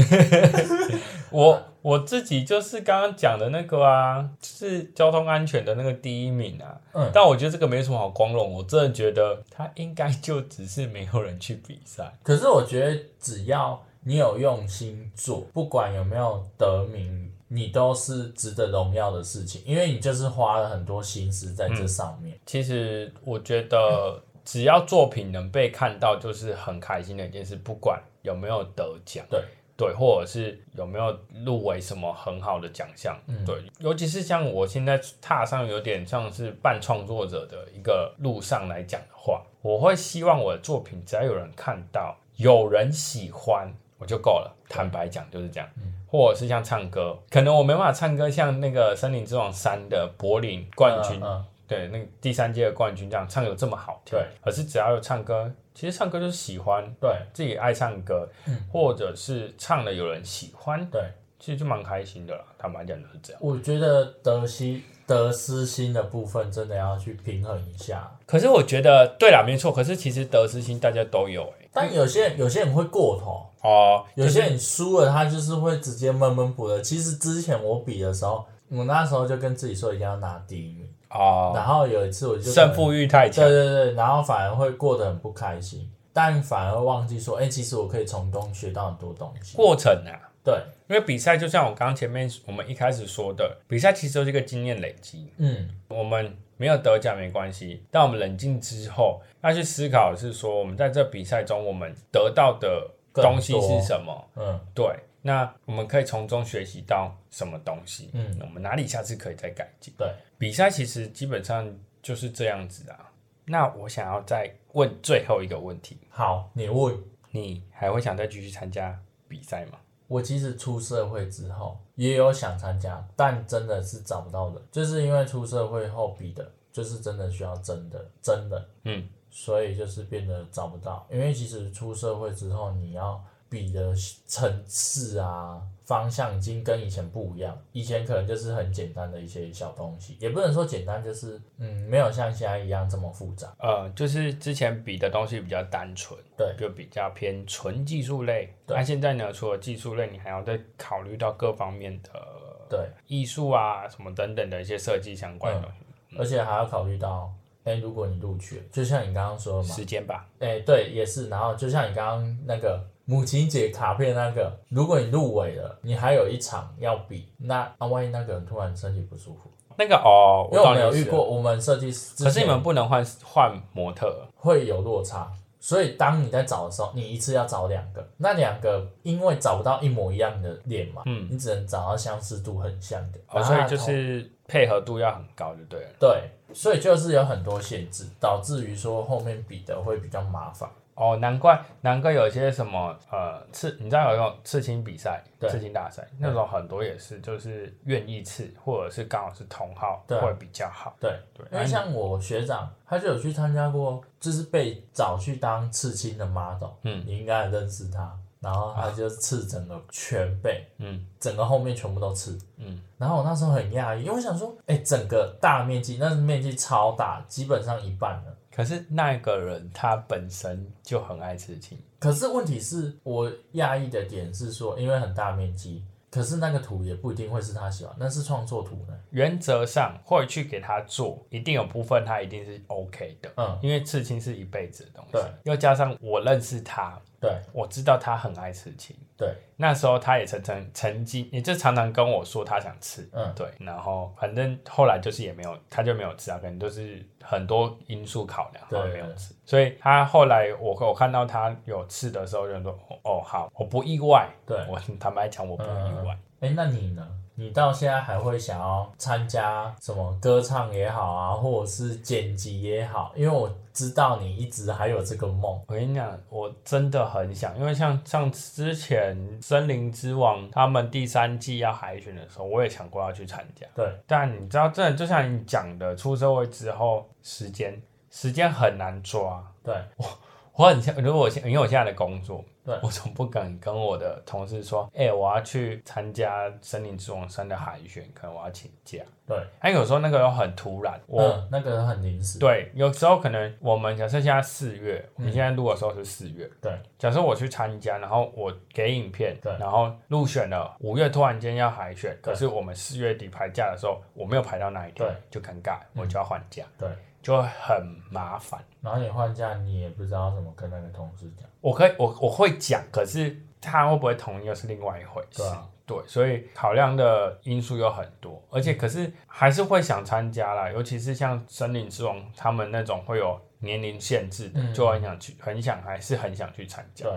B: 我我自己就是刚刚讲的那个啊，就是交通安全的那个第一名啊。
A: 嗯
B: 但我觉得这个没什么好光荣，我真的觉得他应该就只是没有人去比赛。
A: 可是我觉得只要你有用心做，不管有没有得名，你都是值得荣耀的事情，因为你就是花了很多心思在
B: 嗯
A: 这上面。
B: 其实我觉得只要作品能被看到，就是很开心的一件事，不管有没有得奖。
A: 对。
B: 对，或者是有没有入围什么很好的奖项？
A: 嗯
B: 对，尤其是像我现在踏上有点像是半创作者的一个路上来讲的话，我会希望我的作品只要有人看到，有人喜欢，我就够了。坦白讲就是这样。
A: 嗯
B: 或者是像唱歌，可能我没办法唱歌，像那个《森林之王三》的柏林冠军，
A: 嗯嗯
B: 对，那个第三届的冠军这样唱有这么好听，
A: 对。
B: 可是只要有唱歌，其实唱歌就是喜欢，
A: 对
B: 嗯自己爱唱歌，或者是唱了有人喜欢，
A: 对，
B: 其实就蛮开心的啦。坦白讲就是这样。
A: 我觉得得失得失心的部分真的要去平衡一下，
B: 可是我觉得，对啦，没错。可是其实得失心大家都有哎、
A: 但有些人有些人会过头，
B: 哦，
A: 有些人输了他就是会直接闷闷不乐。其实之前我比的时候，我那时候就跟自己说一定要拿第一名，
B: 哦，
A: 然后有一次我就可能
B: 胜负欲太强
A: 对，对对，然后反而会过得很不开心，但反而忘记说，哎、其实我可以从中学到很多东西。
B: 过程啊，
A: 对，
B: 因为比赛就像我刚前面我们一开始说的，比赛其实就是一个经验累积。
A: 嗯，
B: 我们没有得奖没关系，但我们冷静之后要去思考，是说我们在这比赛中我们得到的东西
A: 更多
B: 是什么？
A: 嗯
B: 对，那我们可以从中学习到什么东西？
A: 嗯，
B: 我们哪里下次可以再改进？
A: 对，
B: 比赛其实基本上就是这样子啊。那我想要再问最后一个问题，
A: 好，你问
B: 你还会想再继续参加比赛吗？
A: 我，其实出社会之后也有想参加，但真的是找不到人，就是因为出社会后比的，就是真的需要真的真的，
B: 嗯，
A: 所以就是变得找不到，因为其实出社会之后你要比的层次啊。方向已经跟以前不一样，以前可能就是很简单的一些小东西，也不能说简单，就是嗯，没有像现在一样这么复杂。
B: 呃，就是之前比的东西比较单纯，
A: 对
B: 就比较偏纯技术类。
A: 对
B: 那现在呢，除了技术类，你还要再考虑到各方面的
A: 对，
B: 艺术啊什么等等的一些设计相关的东西
A: 而且还要考虑到，哎、如果你录取了，就像你刚刚说的嘛，
B: 时间吧。
A: 哎、对，也是。然后就像你刚刚那个母亲节卡片那个，如果你入围了，你还有一场要比，那啊，万一那个人突然身体不舒服，
B: 那个哦，
A: 因为我
B: 懂
A: 们
B: 你
A: 有
B: 意
A: 遇
B: 思
A: 过，我们设计师
B: 了，
A: 之
B: 可是你
A: 前
B: 们不能换换模特，
A: 会有落差。所以，当你在找的时候，你一次要找两个，那两个因为找不到一模一样的脸嘛，
B: 嗯
A: 你只能找到相似度很像的，
B: 哦
A: 然后
B: 所
A: 它
B: 以就
A: 啊同
B: 是配合度要很高，就对了。
A: 对，所以就是有很多限制，导致于说后面比的会比较麻烦。
B: 哦，难怪难怪有些什么呃刺，你知道有那种刺青比赛、
A: 对
B: 刺青大赛那种很多也是，就是愿意刺，或者是刚好是同号
A: 对
B: 会比较好。
A: 对，
B: 对，啊
A: 因为像我学长，他就有去参加过，就是被找去当刺青的 model，
B: 嗯
A: 你应该也认识他，然后
B: 啊
A: 他就刺整个全背，
B: 嗯
A: 整个后面全部都刺。
B: 嗯，
A: 然后我那时候很讶异，因为我想说，哎、整个大面积，那面积超大，基本上一半了。
B: 可是那个人他本身就很爱刺青，
A: 可是问题是我讶异的点是说，因为很大面积，可是那个图也不一定会是他喜欢，那是创作图呢。
B: 原则上会去给他做，一定有部分他一定是 OK 的，
A: 嗯，
B: 因为刺青是一辈子的东西。
A: 对，
B: 又加上我认识他，
A: 对
B: 我知道他很爱刺青。
A: 对，
B: 那时候他也曾曾曾经，也就常常跟我说他想吃，
A: 嗯
B: 对，然后反正后来就是也没有，他就没有吃啊，可能就是很多因素考量，
A: 对
B: 他没有吃，所以他后来我我看到他有吃的时候，就说哦哦好，我不意外，
A: 对
B: 我坦白讲我不意外，
A: 哎，那你呢？你到现在还会想要参加什么歌唱也好啊，或者是剪辑也好？因为我知道你一直还有这个梦。
B: 我跟你讲，我真的很想，因为像像之前《森林之王》他们第三季要海选的时候，我也想过要去参加。
A: 对，
B: 但你知道，真的就像你讲的，出社会之后，时间时间很难抓。
A: 对，
B: 我很像，如果我现因为我现在的工作，
A: 对
B: 我总不敢跟我的同事说，哎、我要去参加《森林之王三》的海选，可能我要请假。
A: 对，
B: 但有时候那个又很突然，我、
A: 嗯，那个很临时。
B: 对，有时候可能我们假设现在四月，我们
A: 嗯
B: 现在录的时候是四月，
A: 对，
B: 假设我去参加，然后我给影片，
A: 对
B: 然后入选了，五月突然间要海选，
A: 对
B: 可是我们四月底排假的时候，我没有排到那一天，就尴尬，我就要换假，
A: 嗯对，
B: 就会很麻烦。
A: 然后你换假，你也不知道怎么跟那个同事讲。
B: 我可以，我我会讲，可是他会不会同意又是另外一回事。
A: 对啊
B: 对，所以考量的因素有很多，而
A: 嗯
B: 且可是还是会想参加啦，尤其是像森林之王他们那种会有年龄限制的，
A: 嗯
B: 就很想去，很想还是很想去参加。
A: 对，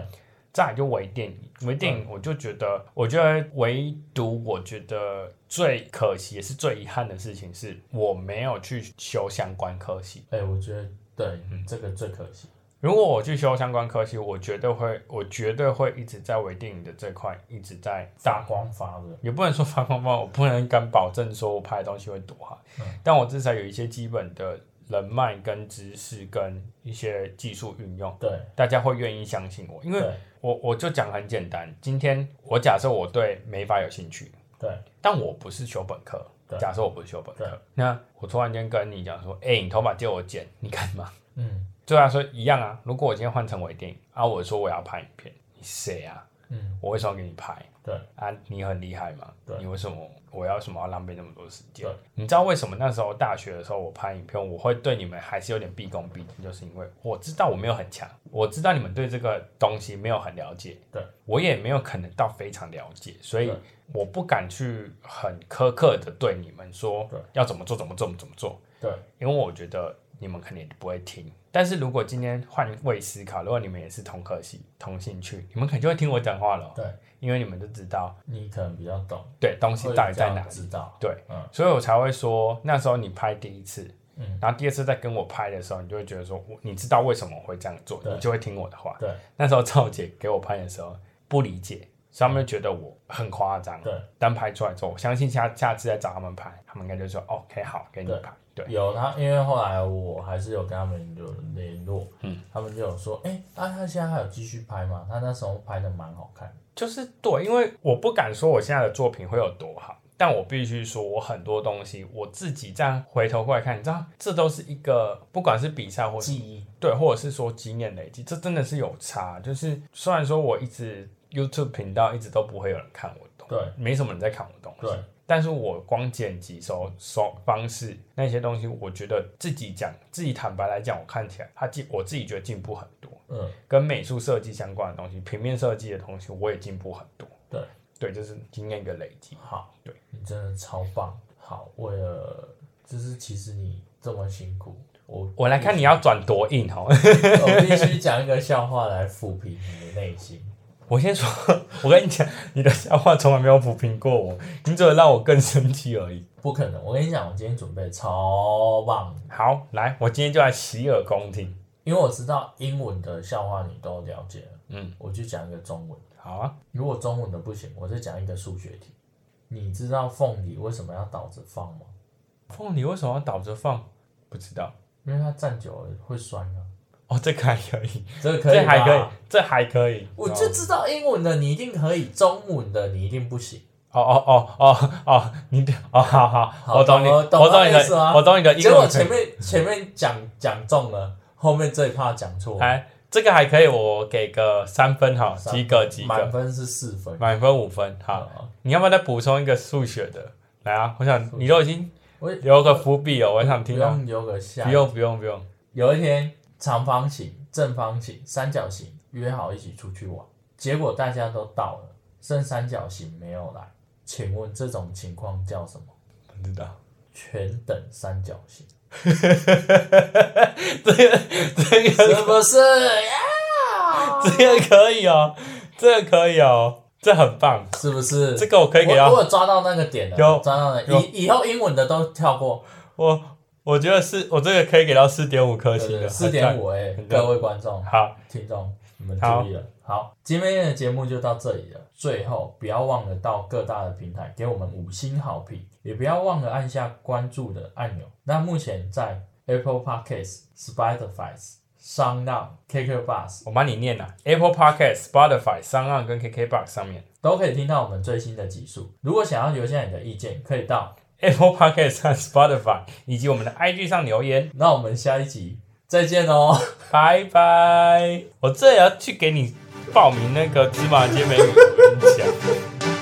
B: 再来就微电影，微电影我就觉得，我觉得唯独我觉得最可惜也是最遗憾的事情是，我没有去修相关科系。
A: 哎，我觉得对，
B: 嗯
A: 这个最可惜。
B: 如果我去修相关科系，我绝对会，我绝对会一直在微电影的这块一直在
A: 发
B: 打，
A: 光发热。
B: 也不能说
A: 嗯
B: 发光发，我不能敢保证说我拍的东西会多好，但我至少有一些基本的人脉、跟知识、跟一些技术运用，
A: 对
B: 大家会愿意相信我。因为
A: 对
B: 我我就讲很简单，今天我假设我对美法有兴趣，
A: 对
B: 但我不是修本科
A: 对。
B: 假设我不是修本
A: 对
B: 科，那我突然间跟你讲说，哎、你头发借我剪，你干嘛？
A: 嗯
B: 对啊，所以一样啊。如果我今天换成微电影啊，我说我要拍影片，你谁啊？
A: 嗯
B: 我为什么要给你拍？
A: 对
B: 啊，你很厉害嘛？
A: 对
B: 你为什么我要什么要浪费那么多时间
A: 对？
B: 你知道为什么那时候大学的时候我拍影片，我会对你们还是有点毕恭毕敬，就是因为我知道我没有很强，我知道你们对这个东西没有很了解，
A: 对
B: 我也没有可能到非常了解，所以
A: 对
B: 我不敢去很苛刻的对你们说
A: 对
B: 要怎么做怎么做怎么怎么做，
A: 对
B: 因为我觉得你们肯定不会听。但是如果今天换位思考，如果你们也是同科系、同兴趣，你们肯定就会听我讲话了哦、
A: 对，
B: 因为你们就知道
A: 你可能比较懂，
B: 对东西到底在哪
A: 会比较
B: 里。
A: 知道，
B: 对，
A: 嗯
B: 所以我才会说那时候你拍第一次，
A: 嗯
B: 然后第二次再跟我拍的时候，你就会觉得说，我你知道为什么我会这样做，
A: 对
B: 你就会听我的话。
A: 对
B: 那时候赵姐给我拍的时候不理解，所以他们就觉得我很夸张。
A: 对，
B: 但拍出来之后，我相信下下次再找他们拍，他们应该就说 OK 好，给你
A: 对
B: 拍。对，
A: 有他，因为后来我还是有跟他们有联络，嗯，他们就有说，哎、那、他现在还有继续拍吗？他那时候拍的蛮好看的，
B: 就是对，因为我不敢说我现在的作品会有多好，但我必须说，我很多东西我自己这样回头过来看，你知道，这都是一个不管是比赛或是
A: 记忆，
B: 对，或者是说经验累积，这真的是有差。就是虽然说我一直 YouTube 频道一直都不会有人看我东，
A: 对
B: 没什么人在看我东西，
A: 对，
B: 但是我光剪辑手手方式那些东西，我觉得自己讲自己坦白来讲，我看起来他进我自己觉得进步很多。
A: 嗯，
B: 跟美术设计相关的东西，平面设计的东西，我也进步很多。
A: 对，
B: 对，就是经验跟累积。
A: 好，
B: 对
A: 你真的超棒，好，为了就是其实你这么辛苦，我
B: 我来看你要转多硬哦！
A: 我必须讲一个笑话来抚平你的内心。
B: 我先说，我跟你讲，你的笑话从来没有抚平过我，你只有让我更生气而已。
A: 不可能，我跟你讲，我今天准备超棒，
B: 好，来，我今天就来洗耳恭听。
A: 因为我知道英文的笑话你都了解了，
B: 嗯，
A: 我就讲一个中文。
B: 好啊，
A: 如果中文的不行，我再讲一个数学题。你知道凤梨为什么要倒着放吗？
B: 凤梨为什么要倒着放？不知道。
A: 因为它站久了会酸啊。
B: 哦，这个还可以，
A: 这个 可以，
B: 这还可以。，这还可以。
A: 我就知道英文的你一定可以，中文的你一定不行。
B: 哦哦哦哦哦，你哦，好好，
A: 好
B: 我懂你，
A: 懂了懂
B: 我懂你
A: 了意思
B: 的，
A: 吗
B: 我懂你的英
A: 结果
B: 文可以。
A: 前面前面讲讲中了，后面这一趴讲错，
B: 哎，这个还可以，我给个三分哈，
A: 啊三
B: 及格及
A: 满
B: 格，
A: 分是四分。
B: 满分五分。好，
A: 啊
B: 你要不要再补充一个数学的？来啊，我想你都已经
A: 我
B: 留个伏笔哦，我想
A: 不
B: 听到。
A: 用留个下
B: 不。用不用不用，
A: 有一天，长方形、正方形、三角形约好一起出去玩，结果大家都到了，剩三角形没有来。请问这种情况叫什么？
B: 不知道。
A: 全等三角形，
B: 这个这
A: 是
B: 个
A: 不是呀？
B: 这个可以哦，这个可以哦，这很棒，
A: 是不是？
B: 这个我可以给
A: 我
B: 到
A: 我有抓到那个点了，
B: 有
A: 抓到了。
B: 有
A: 以以后英文的都跳过，
B: 我，我觉得是我这个可以给到四点五颗星的，
A: 四
B: 很
A: 点
B: 赞。
A: 五哎，
B: 很赞
A: 各位观众、
B: 好，
A: 听众，你们注
B: 好
A: 意了。好，今天的节目就到这里了。最后，不要忘了到各大的平台给我们五星好评，也不要忘了按下关注的按钮。那目前在 Apple Podcasts、Spotify、SoundOn、KK Bus
B: 我帮你念啦 a p p l e Podcast、Spotify、s o n 跟 KKBox 上面
A: 都可以听到我们最新的集数。如果想要留下你的意见，可以到。
B: Apple Podcast 和 Spotify 以及我们的 IG 上留言。
A: 那我们下一集再见哦。
B: 拜拜！我这也要去给你报名那个芝麻街美女，我跟你讲。